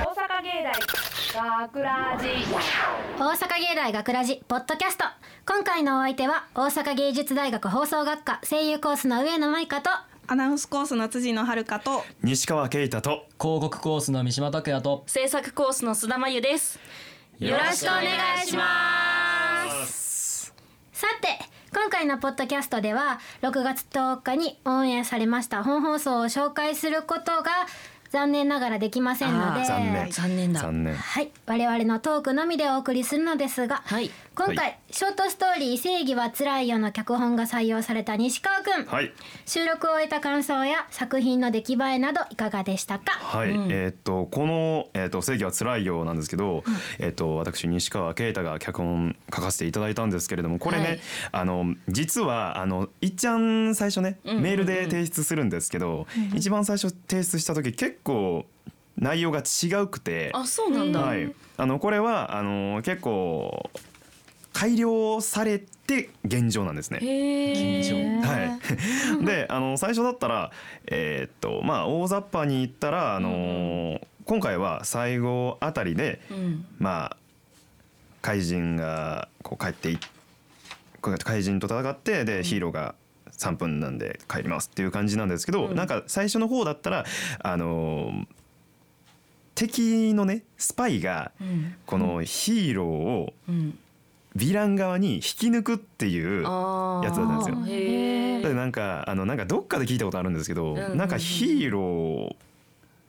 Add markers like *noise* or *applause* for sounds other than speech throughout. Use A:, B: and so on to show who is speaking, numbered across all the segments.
A: 大学ラジ
B: 大阪芸大学ラジポッドキャスト今回のお相手は大阪芸術大学放送学科声優コースの上野舞香と
C: アナウンスコースの辻野遥と
D: 西川圭太と
E: 広告コースの三島拓也と
F: 制作コースの須田真由です
B: よろしくお願いしますさて今回のポッドキャストでは6月10日にオンエアされました本放送を紹介することが残念ながらできませんので
D: 残念
F: 残念だ
D: 残念
B: はい、我々のトークのみでお送りするのですが、
F: はい
B: 今回、
D: はい
B: ショートストーリー「正義はつらいよ」の脚本が採用された西川くん、
D: はい
B: 収録を終えた感想や作品の出来栄えなどいかがでしたか
D: はい、えーっとこの、えーっと「正義は辛いよ」なんですけど、えーっと私西川圭太が脚本書かせていただいたんですけれどもこれね、
F: はい
D: あの実はあのいっちゃん最初ね、メールで提出するんですけど、一番最初提出した時結構内容が違うくて。
F: あそうなんだ、
D: はい、あのこれはあの結構改良されて現状なんですね。
F: へ
E: 緊
D: はい、
F: *laughs*
D: であの最初だったら、えーっとまあ、大雑把に言ったら、あのー今回は最後あたりで、
F: うん
D: まあ、怪人がこう帰っていこう怪人と戦ってでヒーローが3分なんで帰りますっていう感じなんですけど、
F: うん
D: なんか最初の方だったら、あのー敵のねスパイが
F: うん
D: このヒーローを
F: うん
D: ヴィラン側に引き抜くっていう
F: あー
D: やつだったんですよ。
F: へ
D: で
F: ー
D: なんかあのなんかどっかで聞いたことあるんですけど、
F: んうんうん
D: なんかヒーローっ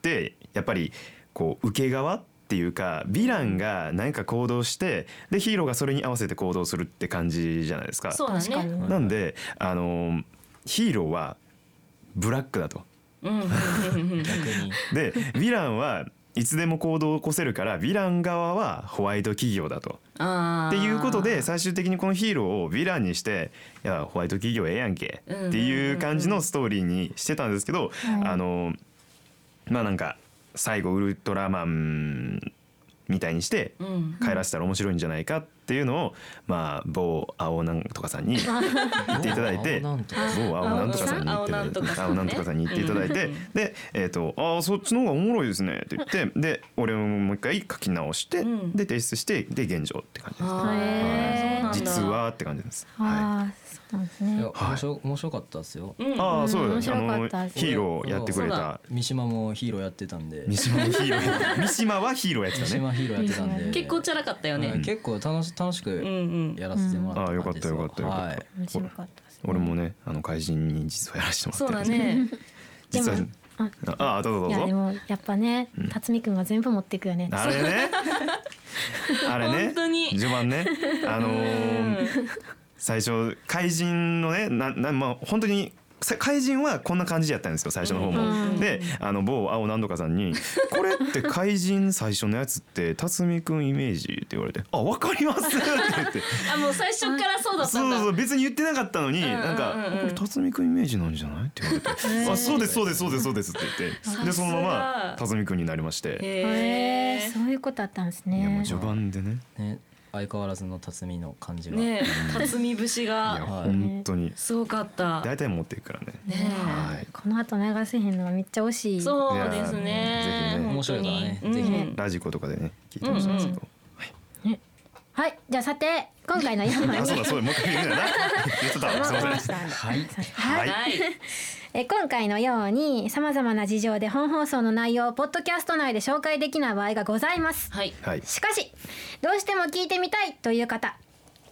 D: てやっぱりこう受け側っていうかヴィランが何か行動してでヒーローがそれに合わせて行動するって感じじゃないですか。
F: そうだ
B: 確かに
F: ね
D: なんであのヒーローはブラックだと。
F: うん *laughs*
E: 逆に
D: でヴィランはいつでも行動を起こせるからヴィラン側はホワイト企業だと。
F: あ
D: っ
F: ー
D: ていうことで最終的にこのヒーローをヴィランにして「いやホワイト企業ええやんけ」
F: うん
D: っていう感じのストーリーにしてたんですけど、あのまあなんか最後ウルトラマンみたいにして
F: うん
D: 帰らせたら面白いんじゃないかっていうのを、まあ某青なんとかさ
F: *laughs*
D: んに言っていただいて
E: 青なんとか
D: 某青なんとかさんに言っていただ
F: 青
D: いて青
F: な
D: なんん
F: とか
D: とか
F: さ
D: さ
F: ん
D: ん
F: ね
D: に言っていただいてでえっとあーそっちの方がおもろいですねって言ってで俺ももう一回書き直して
F: うん
D: で提出してで現状って感じです。
F: あ
B: へ
F: ー
B: ー
D: はい
F: そう
D: 実
F: なんだ
D: はって感じです。はい。
B: ああそうなんです
E: い
B: ね
E: や面白面白かったですよ
F: うん
D: ああそう
B: 面
D: です。あ
B: 白か
D: の
B: ったです
D: ヒーローやってく
F: そ
D: れ
F: うだ
D: た
E: 三島もヒーローやってたんで
D: 三島のヒー
B: *laughs*
D: ロー。三島はヒーローやって
E: 三
D: たね。
E: 島ヒーローやってたんで
F: 結構チャラかったよ
E: は
F: ね
E: い結構楽し楽し
F: う
E: く
F: んうん
E: やらせてもら
D: あ
E: っ
D: あ
E: た
D: よか
E: 感
D: っ
E: じで
D: た
E: す
D: よかったよかった。
B: 面白かったです
D: 俺もねあの怪人に実はやらせてもらって
F: そうだ
D: るんで
F: *laughs* ね
D: す。実は
B: でもあ
D: ああどう
B: い
D: ぞど
B: や
D: う
B: で
D: ぞ。
B: もやっぱね辰巳くんが全部持っていくよね
D: あれ
F: *laughs*
D: ね。あれね。
F: 本当に
D: 序盤ね。あのー
F: うん
D: 最初怪人のねななまあ本当にさ怪人はこんな感じやったんですよ最初の方
B: うん
D: も。であの某青なんとかさんに「これって怪人最初のやつって辰巳くんイメージ?」って言われて「あわかります」って言って。
F: あもう最初から *laughs* そうだった
D: そ
F: ん
D: う
F: だ
D: そう別に言ってなかったのに、
F: うんうんうん
D: なんか「これ辰巳くんイメージなんじゃない?」って言われて「あそうですそうですそうですそうです」って言ってでそのまま辰巳くんになりまして
F: へ
B: へえ
F: ー
B: そういうことあったんです
D: いやもう
B: ね
D: 序盤でね
E: ね相変わらずの辰巳の感じが
F: ねえ辰巳節
D: いや
F: が
E: はい
D: 本当に
F: すごかった
D: 大体持っていくからね。
F: ね
D: はい
B: この後流せへんのがめっちゃ惜し
F: え
B: い
F: そうです
D: いや
F: ね
D: ぜひね
E: 面白いからね
F: 本当に
E: ぜひね
F: うん
D: ラジコとかでね聞いてほしいんですけど、
B: はいじゃあさて今回の4枚
D: あそう
B: に
D: だそうだもう一回
F: *laughs*
D: 言うんだよな言ってたわすいません
B: ました
E: はい
B: は
D: はい
B: い
F: はい
B: え今回のようにさまざまな事情で本放送の内容をポッドキャスト内で紹介できない場合がございます
F: はい
D: はい
B: しかしどうしても聞いてみたいという方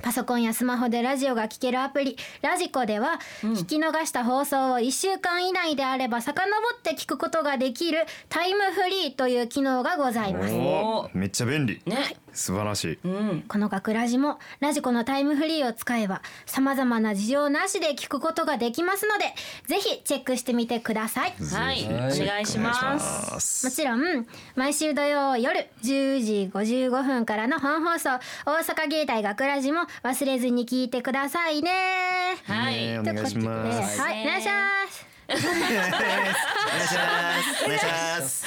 B: パソコンやスマホでラジオが聴けるアプリラジコでは、聞き逃した放送を1週間以内であれば遡って聞くことができるタイムフリーという機能がございます
D: おーめっちゃ便利
F: ね
D: 素晴らしい
F: うん
B: この学ラジもラジコのタイムフリーを使えば様々な事情なしで聞くことができますのでぜひチェックしてみてください
F: はい
E: はい
F: お願いします
D: す
B: もちろん毎週土曜夜10時55分からの本放送大阪芸大学ラジも忘れずに聞いてくださいね
F: はい
D: ねお願いし
B: ということ
D: ま
B: ですはいお願いします
D: お願いしますお願いします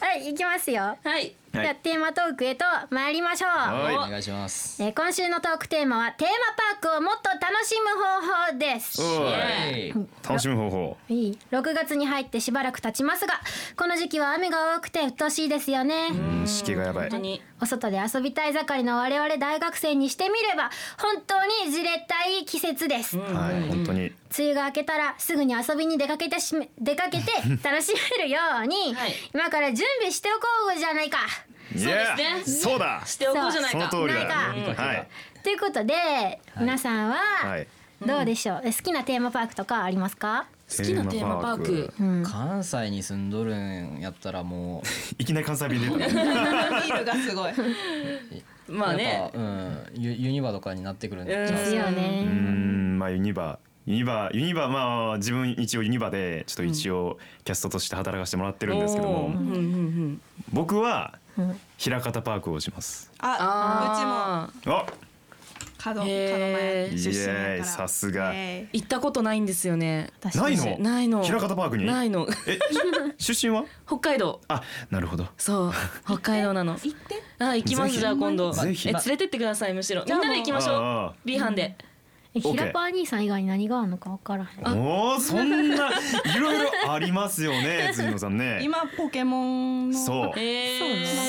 B: はい行きますよ
F: はい
D: はい
B: ではテーマトークへと参りましょう、
D: はい
E: お願いします
B: えー今週のトークテーマはテーマパークをもっと楽しむ方法です
D: おい
E: イエーイ
D: 楽しむ方法
B: いい6月に入ってしばらく経ちますがこの時期は雨が多くて鬱陶しいですよね
D: うん湿気がやばい
F: 本当に
B: お外で遊びたい盛りの我々大学生にしてみれば本当にじれったい季節です、
D: はい本当に
B: 梅雨が明けたらすぐに遊びに出かけてしめ *laughs* 出かけて楽しめるように、
F: はい
B: 今から準備しておこうじゃないか
D: そう
F: ですね
D: そうだ
F: しておこうじゃない
D: その
F: か
D: 通りだ
B: ない
E: か
D: はい
B: ということで、皆さんは
D: はい
B: どうでしょう、え好きなテーマパークとかありますか
F: 好きなテーマパーク
E: 関西に住んどるんやったらも
D: いきなり関西弁出たね
C: ビールがすごい。
E: う
F: まあ
E: やっ
F: ね
E: ぱうんユユニバとかになってくるんじゃ
F: うん
E: ない
B: ですよね、
D: うーんまあユニバユニバユニバまあまあ自分一応ユニバでちょっと一応キャストとして働かせてもらってるんですけど
F: おーう
D: も
F: んうん
D: 僕は平方パークをします
C: あ、
F: あうちも
D: あ
F: へー
D: イエ
C: うちも門門前出身だから
D: ーイさすが
C: えー
F: 行ったことないんですよね
B: 私
D: ない
B: も
D: の
F: ないの
D: 平方パークに
F: ないの *laughs*
C: *laughs*
D: えし出身は
F: 北海道
D: あなるほど
F: そう北海道なの
C: 行って。
F: あ行きま
D: ぜ
F: す
D: ひ
F: じゃあ今度
D: ぜひ
F: え連れてってくださいむしろみんなで行きましょう
D: あ
F: B 班で
B: え
D: ケー
B: 平パー兄さん以外に何があるのか分からへん
D: あああおーそんないろいろありますよ
C: *laughs*
D: ね辻野さんね
C: 今ポケモンの。
D: そう
F: え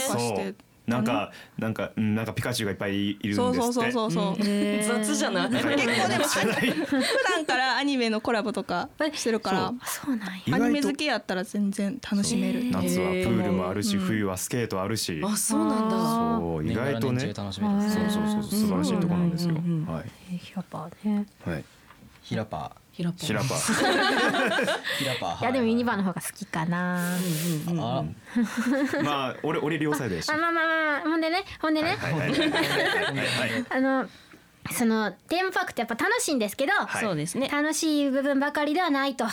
B: そうね
F: ー
C: なんかし
D: そ
C: て
D: うなんかなんかうんなんかピカチュウがいっぱいいるんです
C: そ
D: っ
C: う
D: て
C: そうそうそうそう。結
F: えー雑じゃない
D: なんか
C: 構でもあ
D: ない
C: 普段からアニメのコラボとかしてるから
D: そ。
B: あそうなんや
D: 意
C: ア
D: 外と
C: ニメ好きやったら全然楽しめる。
D: 夏はプールもあるし、
C: へー
D: 冬はスケートあるし、
F: あそうなんだ
B: あー
D: そう意外と
E: 年がら
D: ね
E: 年中楽しみです
D: そうそうそうそう素晴らしいところなんですよ、
F: うんうんうん
D: は
B: え平パーね
D: いはい
E: ヒラパ
F: ヒラポン
D: 白パー
F: *laughs*
E: ーヒラパー
B: いやでもユニバの方が好きかな
F: うんうん
E: あ
D: まあ俺俺両サイドでし
B: あまあまあまあほんでねほんでね、
D: はいはいは
F: *laughs*
D: いはい
B: あのそのテーマパークってやっぱ楽しいんですけど、
D: はい
F: そうですね
B: 楽しい部分ばかりではないと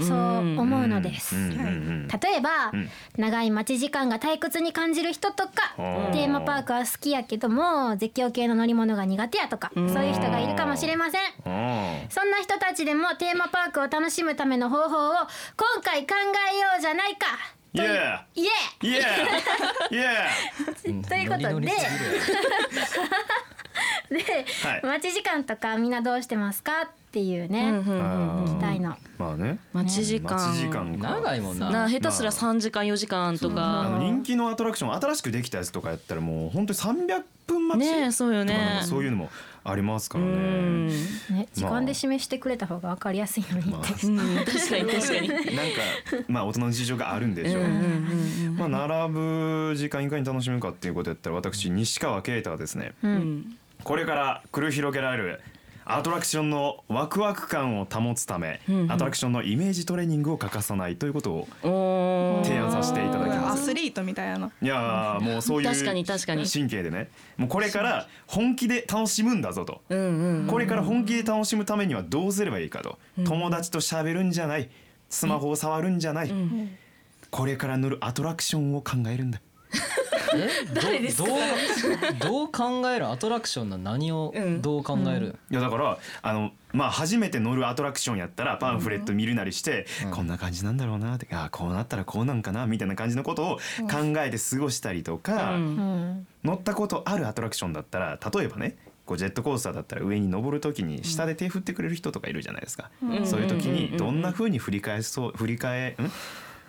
B: そう思うのです。
D: うんうんうんうん
B: 例えば、
D: ん
B: 長い待ち時間が退屈に感じる人とか
D: あー
B: テーマパークは好きやけども絶叫系の乗り物が苦手やとかそういう人がいるかもしれません。
D: あ
B: そんな人たちでもテーマパークを楽しむための方法を今回考えようじゃないか
D: ーイエ
B: イエ
D: ーイエーイエ
E: ー
B: ということで
E: ノリノリすぎる
B: ーで、
D: はい
B: 待ち時間とかみんなどうしてますかっていうね、
F: うんうん
D: ー
B: 聞きたいの。
D: まあね
F: 待ち時間
D: 待ち時間か
E: 長いもんな
F: な下手すら三時間四時間と
D: あ
F: か
D: の人気のアトラクション新しくできたやつとかやったらもう本当に300分待ち
F: ねえそうよ
D: とかなん
F: ね
D: かそういうのもありますから
F: う
D: ね
F: ん
B: ね、時
D: まあ
B: 間で示してくれた方が分かりやすいのにって、
F: うん確かに確かに
D: なんかまあ大人の事情があるんでしょう、まあ、並ぶ時間いかに楽しむかっていうことやったら私西川啓太はですね
B: う
F: うんん
D: これから繰り広げられるアトラクションのワクワク感を保つため、
F: うんうん
D: アトラクションのイメージトレーニングを欠かさないということを
F: おー
D: 提案させていただきま
C: ア
D: す
C: スリートみたいなの。
D: いやーもうそういう
F: 確かに確かに
D: 神経でねもうこれから本気で楽しむんだぞと
F: うんうん
D: これから本気で楽しむためにはどうすればいいかと、友達と喋るんじゃないスマホを触るんじゃない、
F: ん
D: これから乗るアトラクションを考えるんだ
E: え
F: *laughs*
E: ど
F: 誰ですか
E: どうどう *laughs* 考えるアトラクションの何を
F: うん
E: どう考える
D: いやだからあの、まあ、初めて乗るアトラクションやったらパンフレット見るなりして、
E: うん
D: こんな感じなんだろうなってあーこうなったらこうなんかなみたいな感じのことを考えて過ごしたりとか、
F: うん
B: うん
D: 乗ったことあるアトラクションだったら例えばねこうジェットコースターだったら上に登る時に下で手振ってくれる人とかいるじゃないですか、
F: うん
D: そういう時
F: うんうんうんう
D: に
F: ん
D: どんな風に振り返そう振り返ん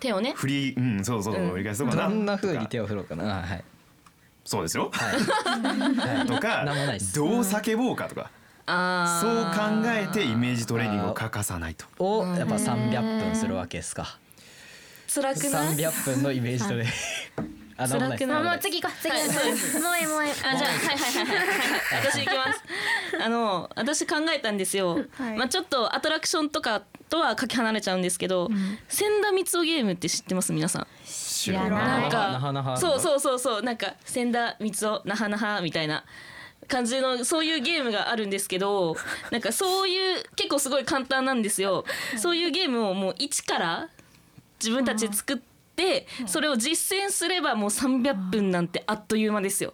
F: 手をね
D: 振りうんそうそうそう
F: うん
D: 振り返そうかな
E: どんな風
D: と
E: に
D: か
E: 手を振ろうかなあ
F: *laughs*
E: はい
D: そうです
E: *laughs*
D: よ
E: はい
D: とか
E: なんもないっす
D: どう叫ぼうかとかそう考
F: あー
D: えてイメージトレーニングを欠かさないと。
E: をやっぱ300分するわけですか
F: 辛くない
E: 300分のイメージトレ *laughs* あなんもない
F: 辛
E: っす
F: く
B: まあ
F: ない
B: もう次行こう次行こうもうええもうええ
F: あじゃあはいはいはいはい私行きますあの私考えたんですよ、
C: はい
F: まあちょっとアトラクションとかとはかけ離れちゃうんですけど、千田光雄ゲームって知ってます皆さん
D: 知ら
B: いや
D: ない
F: なんか
E: なはなは
F: そうそうそうそうなんか千田光雄なはなはみたいな感じのそういうゲームがあるんですけ
E: *laughs*
F: どなんかそういう結構すごい簡単なんですよそういうゲームをもう一から自分たちで作ってそれを実践すればもう300分なんてあっという間ですよ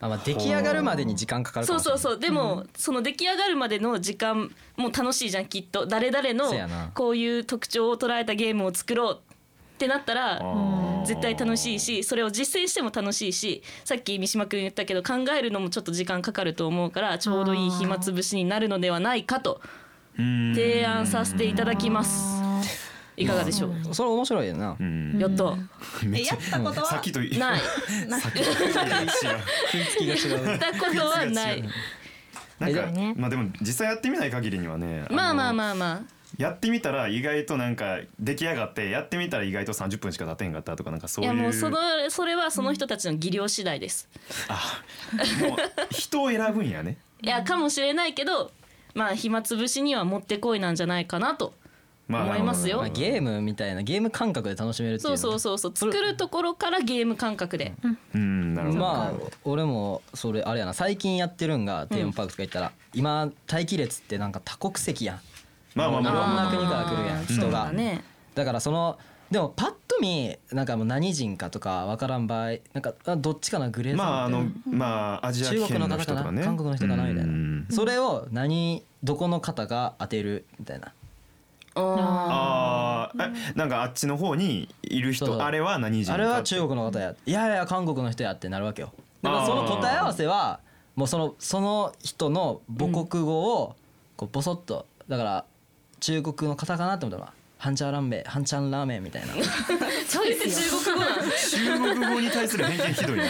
E: あまあ出来上がるまでに時間かかるか
F: そ
E: も
F: う
E: しれ
F: そ
E: な
F: うそ
E: い
F: うでも、その出来上がるまでの時間も楽しいじゃんきっと誰々の
E: そうやな
F: こういう特徴を捉えたゲームを作ろうってなったら
D: あー
F: 絶対楽しいしそれを実践しても楽しいしさっき三島君言ったけど考えるのもちょっと時間かかると思うからちょうどいい暇つぶしになるのではないかと
D: うん
F: 提案させていただきますいかがでしょう
E: それ面白いよな
D: う。ん
F: やっと
D: め
C: え
D: っち
C: や
D: ゃ
C: ったことは
D: さっきとい *laughs*
F: ない
D: さっきと違う
E: や
F: *laughs*
E: っ
F: やったことは
D: *laughs*
F: ない
D: なん
E: え
D: か、
B: でもね
D: まあでも実際やってみない限りにはね
F: まあまあ
D: あ
F: まあま
D: のやってみたら意外となんか出来上がってやってみたら意外と30分しか経てんかったとかなんか
F: あ
D: そ
F: いう
D: い
F: や
D: う
F: もうそのそれはその人たちの技量次第です
D: あもう人を選ぶんやね
F: いやかもしれないけどまあ暇つぶしにはもってこいなんじゃないかなと思いますよ
E: まあゲームみたいなゲーム感覚で楽しめるっていう
F: そ
E: の
F: うそうそうそう作るところからゲーム感覚で
D: うんなるほど、
E: まあ俺もそれあれやな最近やってるんがテーマパークとか行ったら、今待機列ってなんか多国籍やん
D: まあまあまあ
E: いろん
D: まあ
E: な国から来るやん人が
F: あーね
E: だからそのでもパッと見なんかもう何人かとかわからん場合なんかあどっちかなグレーゾ
D: ま
E: ーン
D: ああ
E: みたいな
D: のまあアジア
E: 中
D: 圏
E: 国の
D: の
E: 方
D: 人
E: か
D: と
E: な
D: かね
E: 韓国の人かなみたい
D: うん
E: なそれを何どこの方が当てるみたいな
F: あ
D: あーえなんかあっちの方にいる
E: そうそう
D: 人あれは何人か
E: あれは中国の方やいやいや韓国の人やってなるわけよだからその答え合わせはもうそのその人の母国語をこうボソッとだから中国の方かなって思ったら「ハンチャーラーメンハンチャンラーメン」みたいな
B: チョイスよ
D: 中国語に対する偏見ひどいな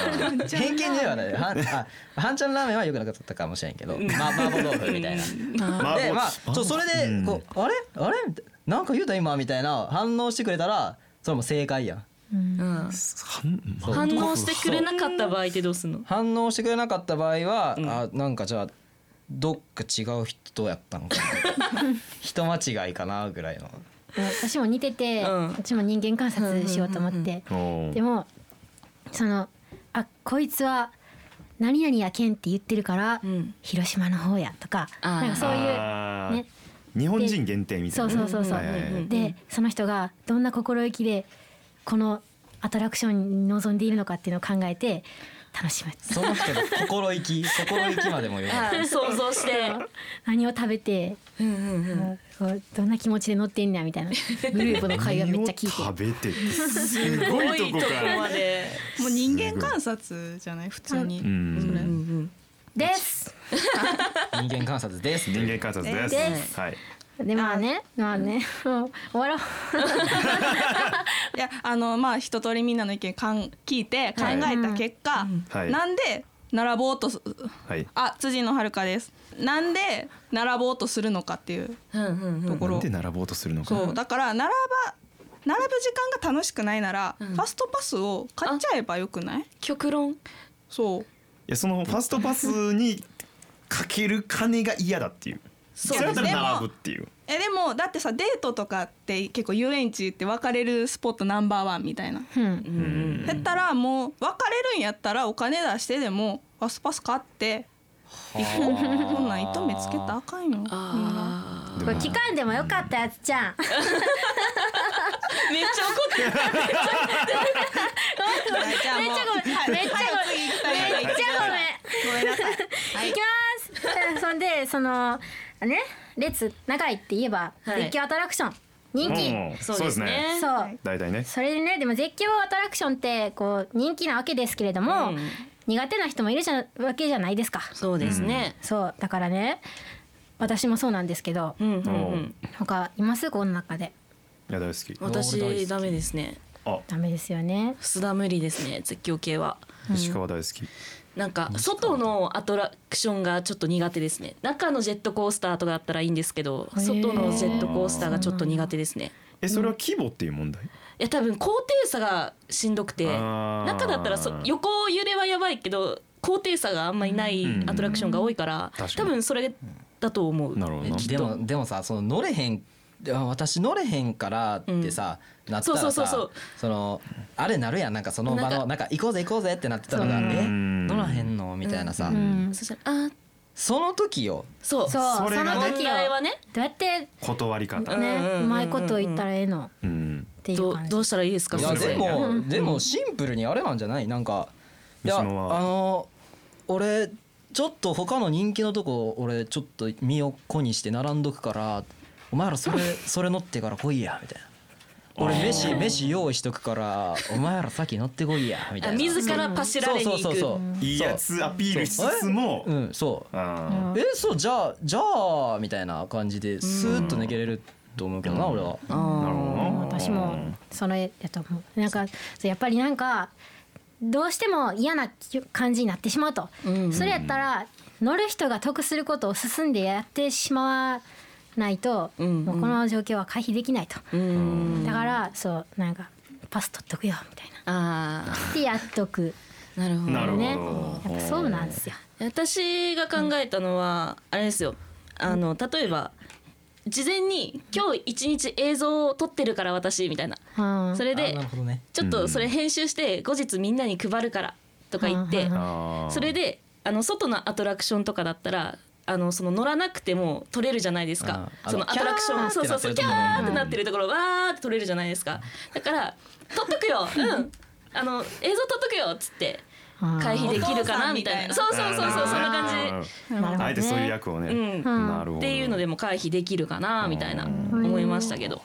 E: 偏見ではないはんあハンチャンラーメンはよくなかったかもしれんけどまあ麻婆豆腐みたいな。
D: ま
E: でまあちょそれでこう、あれあれみたいななんか言うた今みたいな反応してくれたらそれも正解やん
F: うん
E: そう
F: 反応してくれなかった場合ってどう
E: *laughs*
F: すんの
E: 反応してくれなかった場合は、あなんかじゃあどっか違う人やったのかな人間違いかなぐらいの
B: 私も似てて、
F: うん
B: 私も人間観察しようと思って、
D: お
B: で
D: ー
B: もそのあこいつは何々やけんって言ってるから、
F: うん
B: 広島の方やとか
F: あー
B: なんかそういう
D: あー
B: ね
D: 日本人限定みたい
B: そ
D: な
B: うそう
D: ね
B: そうそう、
D: はいはいはい
B: でその人がどんな心意気でこのアトラクションに臨んでいるのかっていうのを考えて楽しむ
E: その人の心意気心意気までもよ
F: あー想像して
B: 何を食べて、こうどんな気持ちで乗ってんねやみたいなグループの会話めっちゃ聞いて
D: 何を食べてってすごいとこから
F: まで
C: もう人間観察じゃない普通に
D: う。ん
C: それ
B: です
E: 人間観察です
D: 人間観察です
B: です
D: はい
B: でまあねまあねもう終わろう
C: いやあのまあ一通りみんなの意見かん聞いて考えた結果、
D: はい
C: なんで並ぼうとす
D: はい
C: あ辻野遥ですなんで並ぼうとするのかっていうとこ
D: な
C: ろ
D: んで並ぼうとするのか
C: そうだから並ば並ぶ時間が楽しくないなら、ファストパスを買っちゃえばよくない
F: 極論
C: そう
D: いやそのファストパスにかける金が嫌だっていう
C: そう
D: それだったら並ぶっていう
C: えでもだってさデートとかって結構遊園地って別れるスポットナンバーワンみたいな
B: うん
C: だったらもう別れるんやったらお金出してでもファストパス買って行こうこんなん糸目つけたらあかんよ
F: あ
B: これ期間でもよかったやつちゃん *laughs*
F: ーめっちゃ怒ってる
C: めっちゃ
B: めっちゃごめんめっちゃごめんめっちゃごめん
C: ごめんなさい
B: いきます。そんでそのね列長いって言えば
F: はい
B: 絶叫アトラクション人
D: うん
B: 気。
F: そうですね
B: そう。
D: 大体ね
B: それでねでも絶叫アトラクションってこう人気なわけですけれども、
F: うん
B: 苦手な人もいるじゃわけじゃないですか。
F: そうですね
B: そうだからね私もそうなんですけど、
F: うんうんうん
B: 他いますこの中で
D: いや大好き
F: 私ダメですね
D: あ
B: ダメですよね。
F: 須田無理ですね絶叫系は
D: 石川大好き
F: なんか外のアトラクションがちょっと苦手ですね中のジェットコースターとかだったらいいんですけど
B: へー
F: 外のジェットコースターがちょっと苦手ですね
D: えそれは規模っていう問題
F: いや多分高低差がしんどくて
D: あー
F: 中だったらそ横揺れはやばいけど高低差があんまりない
D: うん
F: アトラクションが多いから、
D: 確かに
F: 多分それだと思う
D: なるほどな
E: でもでもさその乗れへんあ私乗れへんからってさ、なった
F: そ
E: らさ
F: うそうそうそう
E: そのあれなるやんなんかその場の
F: なん
E: な
F: か
E: んか行こうぜ行こうぜってなってたのが
D: そう
E: え
D: うん
E: 乗らへんのみたいなさ、
B: うん。
F: そしたらあー
E: その時よ
F: そう
B: そう
D: そ
B: そ
D: れ
B: の
D: がね
B: 時
F: 問題は
B: を
F: ね
B: どうやって
D: 断り方
B: ね
F: うんうんうんうん
B: うまいこと言ったらええのっ
D: うん
B: ていう
F: ど
B: 感じ。
F: どうしたらいいですか
E: い
F: そ
E: や
F: れ
E: で
D: 先
E: も、でもシンプルにあれなんじゃないなんかいやあ
D: 三島は
E: の俺ちょっと他の人気のとこ俺ちょっと
F: *laughs*
E: 身を粉にして並んどくからお前らそれそれ乗ってから来いやみたいな俺飯飯用意しとくからお前ら先乗ってこいやみたい
F: あ
E: な
F: 自らパシられに行く
E: そうそうそうそう
D: いいやつアピールしつつも、
E: うんそう
D: あ
E: えそうじゃあじゃあみたいな感じでスーッと抜けれると思うけどな俺は
D: ーなるほどな
B: 私もそれやと思うなんかそうやっぱりなんかどうしても嫌な感じになってしまうと、それやったら乗る人が得することを進んでやってしまわないと、
F: ん
B: もうこの状況は回避できないと、
F: うん
B: だからそうなんかパス取っとくよみ
F: *laughs*
B: たい
F: あ
B: なでやっとく
F: あなるほど
D: なるほど
B: ねやっぱそうなんですよ
F: 私が考えたのは、あれですよあの例えば事前に今日一日映像を撮ってるから私みたいな
B: うん
F: それ
E: あ
F: で
E: なるほどね
F: ちょっとそれ編集して後日みんなに配るからとか言って
B: うん
D: あー
F: それであの外のアトラクションとかだったらあのその乗らなくても撮れるじゃないですか
E: うん
F: その
E: あの
F: アトラクション
E: キ
F: そ
E: ャー
F: う
E: って
F: そ
E: な
F: う
E: っ
F: そうキャーっ
E: てるところ
F: てなってるところわーって撮れるじゃないですかだから撮っとくようんあの映像撮っとくよっつって
B: うん
F: 回避できるかなみたいな
C: お父
F: そうそ
D: あ
F: う
D: ー
F: そうそうそんな感じ
D: なるほどねあえてそういう役をね、
F: うん
D: なるほど
F: っていうのでも回避できるかなみたいな思いましたけど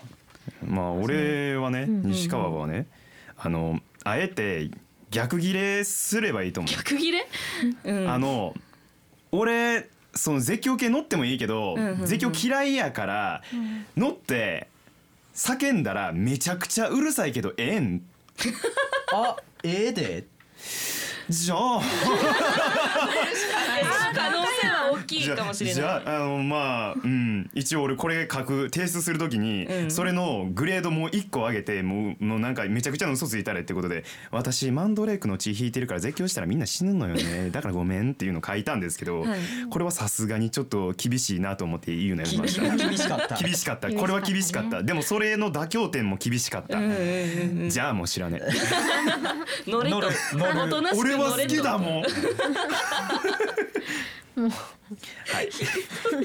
D: まあ俺はね西川はねあのあえて逆ギレすればいいと思う
F: 逆切れうん
D: あの俺その絶叫系乗ってもいいけど、
F: んうんうん
D: 絶叫嫌いやから、乗って叫んだらめちゃくちゃうるさいけどえ
F: *laughs*
D: えん
E: あええで
D: じゃあ
F: 可能性は大きい
D: じゃ
F: かも
D: あ
F: しれ
D: じ
F: な
D: ゃ
F: い
D: ああのまあ、うん、一応俺これ書く提出するときに、
F: うん
D: それのグレードもう1個上げてもうもうなんかめちゃくちゃの嘘ついたれってことで私マンドレークの血引いてるから絶叫したらみんな死ぬの
F: *laughs*
D: よねだからごめんっていうの書いたんですけど、
F: はい
D: これはさすがにちょっと厳しいなと思って言うのやめま
E: 厳
D: し。
E: した厳しかった
D: *laughs* 厳しかったこれは厳しかったでもそれの妥協点も厳しかった、じゃあもう知らねえ
F: 乗れと
E: 乗る
F: おとなしく乗れ
D: 俺
F: と
D: は好き
F: *laughs*
D: だもん
E: はい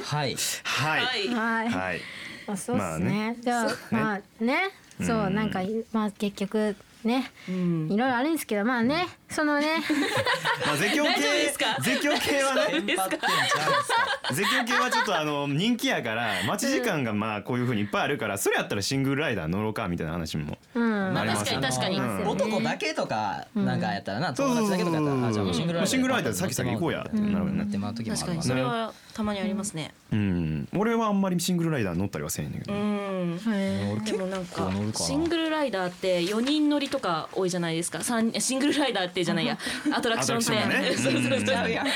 D: はい
F: はい
B: はい
D: はい
B: まあ、そうです
D: まあ
B: ね。じゃあ、まあね、そう、なんか、まあ、結局、ね、いろいろあるんですけど、まあね、そのね。
D: まあ絶叫
F: 大丈夫
D: 系
F: ですか
D: 絶叫系はね
E: テンパってんちゃうんですか
D: 絶叫系はちょっとあの人気やから待ち時間がまあこういうふうにいっぱいあるからそれやったらシングルライダー乗ろうかみたいな話も
B: うん、
F: まあ
D: なり
F: 確
D: ます
F: か
D: よ
F: に確かに
D: ねうん
B: うん
E: 男だけとかなんかやったらな
D: そうそ
E: 友
D: うそ
E: 達だ
D: う
E: けとかやったらあじゃあもうシングルライダー
D: シングルライダー先先行こうやってなるよ
E: なっ
D: ね
E: てまう時もあ
F: 確
E: る
F: かにそれはたまにありますね
D: うん俺はあんまりシングルライダー乗ったりはせんねんけど
F: うん
B: へ
F: でもなん
E: 構
F: か
E: 乗るかな
F: シングルライダーって4人乗りとか多いじゃないですか三えシングルライダーってじゃない
D: *laughs*
F: やアトラクションって
D: アトラクション
F: そ
D: がね
F: うそう
C: ちゃうやん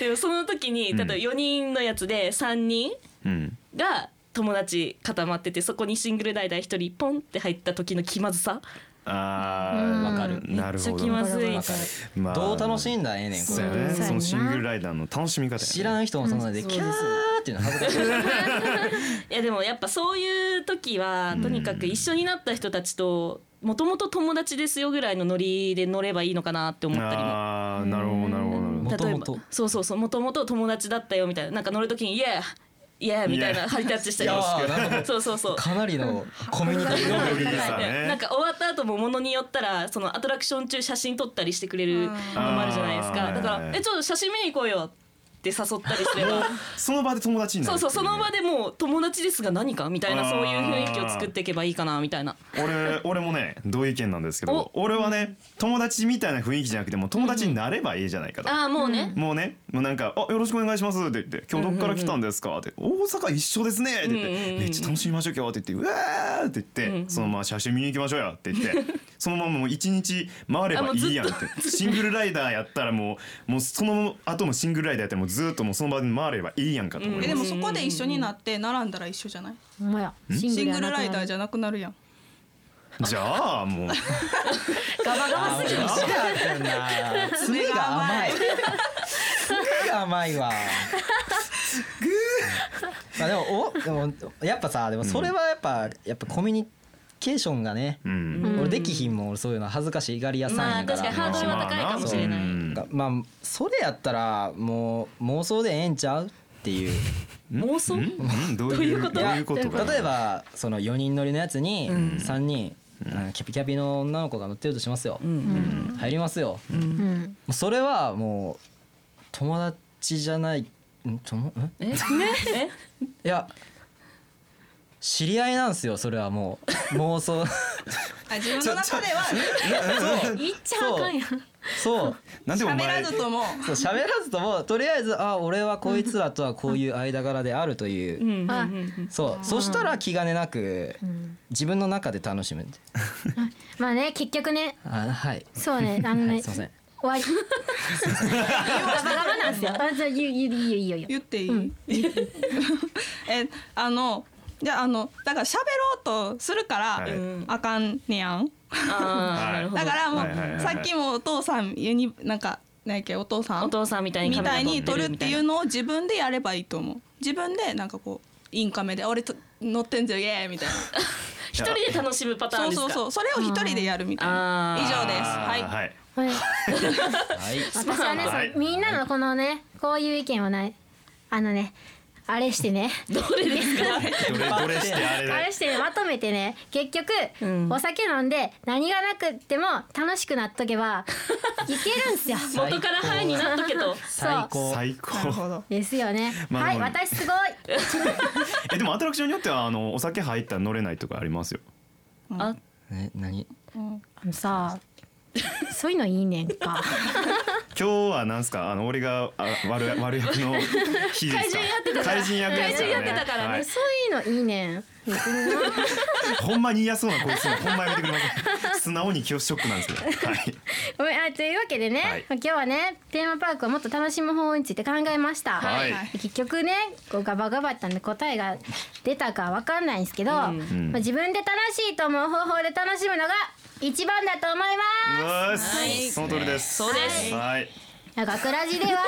F: でもその時に例えば4人のやつで3人
D: うん
F: が友達固まっててそこにシングルライダー1人ポンって入った時の気まずさ
D: あ
E: わかる
D: ーな
F: め
D: る
F: っちゃ
D: ほど
F: 気まずい
E: わかる
D: まあ
E: どう楽しんだらええねんこ
D: そうや
E: れ
D: ね
B: そうやな
D: そのシングルライダーの楽しみ方やね
E: 知らん人もそのなでキャーっていうの恥ずかしい
F: いやでもやっぱそういう時はとにかく一緒になった人たちともともと友達ですよぐらいのノリで乗ればいいのかなって思ったりも
D: あーなるほどなるほどなるほど
E: 元
F: 例え
E: 々
F: ばそうそうそうもともと友達だったよみたいななんか乗る時に「イエーイエーみたい
D: イエー
F: なハイタッチしたり
E: いやーなるほど
F: そうそうそう
E: かな
F: *laughs*
E: りのコミュニケーション
D: いいさね
F: なんか終わった後もものによったらそのアトラクション中写真撮ったりしてくれるのもあるじゃないです
D: あ
F: か
D: ー
F: だか
D: はいは
F: ら「え
D: い
F: ちょっと写真見に行こうよ」って誘ったりす
D: *laughs*
F: れば
D: その場で友達にな
F: そ
D: る
F: うそうその場でもう友達ですが何かみたいなそういう雰囲気を作っていけばいいかなみたいな
D: 俺俺もね同意見なんですけど俺はね友達みたいな雰囲気じゃなくてもう友達になればいいじゃないかと
F: ああもうね
D: もうねもうなんか「あよろしくお願いします」って言って「今日どっから来たんですか?」って「大阪一緒ですね」って言っ
F: うんうんう
D: て
F: ん
D: 「めっちゃ楽しみましょう今日」って言って「うわー!」って言ってそのまま写真見に行きましょうよって言ってそのままもう一日回ればいいやんってシングルライダーやったらもうもうその後もシングルライダーやったらもうずーっともうその場で回ればいいやんかと思いま
C: *laughs* え
D: す
C: でもそこで一緒になって並んだら一緒じゃない
B: ほんまや。シ
C: シングルライダーじ
B: ゃ。
C: ゃなくなるやん
D: じゃあもう
F: ガバガバすぎる
E: 爪が爪が甘い爪が甘いわまあでもおでもやっぱさでもそれはやっぱ、やっぱコミュニケーションがね、
D: うん
E: 俺できひんもん俺そういうの恥ずかしがり屋さん
F: ま
E: や
F: あ
E: か、
F: 確からにハードルは高いかもしれない
D: うん
E: がまあそれやったらもう妄想でええんちゃうっていう
F: 妄想
D: うんどう
F: どうい
D: いうう
F: こと
D: どういうことかな
E: 例えばその4人乗りのやつに3人、うんキャピキャピの女の子が乗ってるとしますよ、入りますよ、
B: う
E: も
B: ん。
E: うそれはもう友 *laughs* 達じゃないんともん
F: え
E: い
F: え
E: や知り合いなんですよそれはもう妄想
C: あ自分の中では
B: 言っちゃあかんやん
E: そう
D: なんでお
C: 喋
D: 前
C: らずとも
E: そう喋らずともとりあえずあ俺はこいつらとはこういう間柄であるという、
F: うんうんう
B: あ
F: ん
E: そうそしたら気兼ねなく自分の中で楽しむ
B: まあね結局ね
E: あはい
B: そうねあの
E: は
B: ね
E: いすいません
B: 終わりガバガバなんですよ *laughs* あじゃあいいいいよいいよいいよ
C: 言っていい、 *laughs* えあのじゃああのだから喋ろうとするから、
D: はい
F: うん
C: あかんねやん
F: あーなるほど
C: だからもう、
D: はいはいはいはい
C: さっきもお父さんユニなんか何やっけお父さん
F: お父さんみたいに
C: み
F: カメラ
C: たいに撮るっていう
F: み
C: のを自分でやればいいと思う自分でなんかこうインカメで俺と乗ってんぜイエーイみたいな
F: たいな一人で楽しむパター
C: そ
F: ン
C: う
F: です
C: そ
F: か
C: うそうそれを一人でやるみたい
F: あ
C: な
F: ー
C: 以上です
D: あ
C: はい
D: ーはい
B: はい
E: はい
B: 私はね、
D: はい
B: そうみんなのこのねこういう意見はないあのねあれしてね
F: どれですか
D: どれどれしてあ
B: あ
D: れ
C: *laughs*
D: だ
B: れしてねまとめてね結局、
F: うん
B: お酒飲んで何がなくっても楽しくなっとけ *laughs* ばいけるんすよ
F: 元からハイになっとけ
C: *laughs*
F: と
E: 最高
D: 最高
C: なるほど
B: ですよね、
D: まあ
B: は
D: で
B: い
D: も
B: 私すごい
D: *laughs* えでもアトラクションによってはあのお酒入ったら乗れないとかありますよ
F: あ
E: え何
B: あのさそういうのいいねん *laughs* か
D: 今日はなんすかあの俺があ悪悪役の日
F: *laughs*
D: ですか怪人役ですからね
F: 怪人やってたからね
D: はい
B: そういうのいいねん
D: ほんまに嫌そうなこいつもほんまやめてください素直に気をショックなんですけどはい
B: ごめんあというわけでね、
D: はい
B: 今日はねテーマパークをもっと楽しむ方法について考えました、
D: はい
B: で結局ねこうガバガバやったんで答えが出たかわかんないんですけど、まあ、自分で楽しいと思う方法で楽しむのが一番だと思います
D: うわー
F: はい
D: その通りです
F: そうです
D: はい
B: 学ラジでは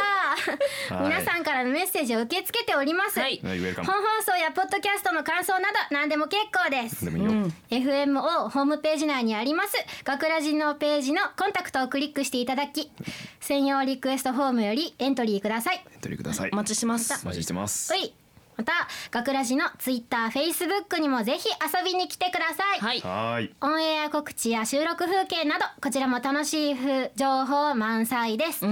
D: はい
B: 皆さんからのメッセージを受け付けております、
F: はい
D: はいウェルカム
B: 本放送やポッドキャストの感想など何でも結構です
D: *laughs* でもいいよ、
B: FMO ホームページ内にあります学ラジのページのコンタクトをクリックしていただき専用リクエストフォームよりエントリーください
D: エントリーください
F: お待ちします
D: お待ちしてます
B: おいまた学ラジのツイッター、フェイスブックにもぜひ遊びに来てください、
F: はい
D: はーい
B: オンエア告知や収録風景などこちらも楽しいふ情報満載です、ツイ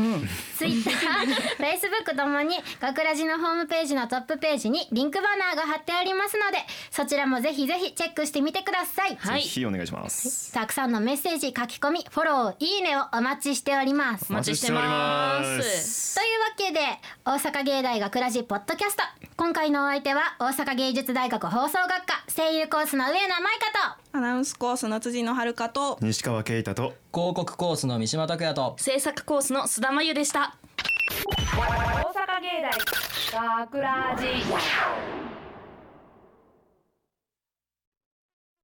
B: ッター、フェイスブックともに学ラジのホームページのトップページにリンクバナーが貼ってありますのでそちらもぜひぜひチェックしてみてください、
F: はい
D: ぜひお願いします
B: たくさんのメッセージ書き込みフォローいいねをお待ちしております
F: お待ちしてま
D: お待ちしており
F: す
B: というわけで大阪芸大学ラジポッドキャスト今回のお相手は大阪芸術大学放送学科声優コースの上野舞香と
C: アナウンスコースの辻野遥と
D: 西川圭太と
E: 広告コースの三島拓也と
F: 制作コースの須田真由でした
A: 大阪芸大学ラジ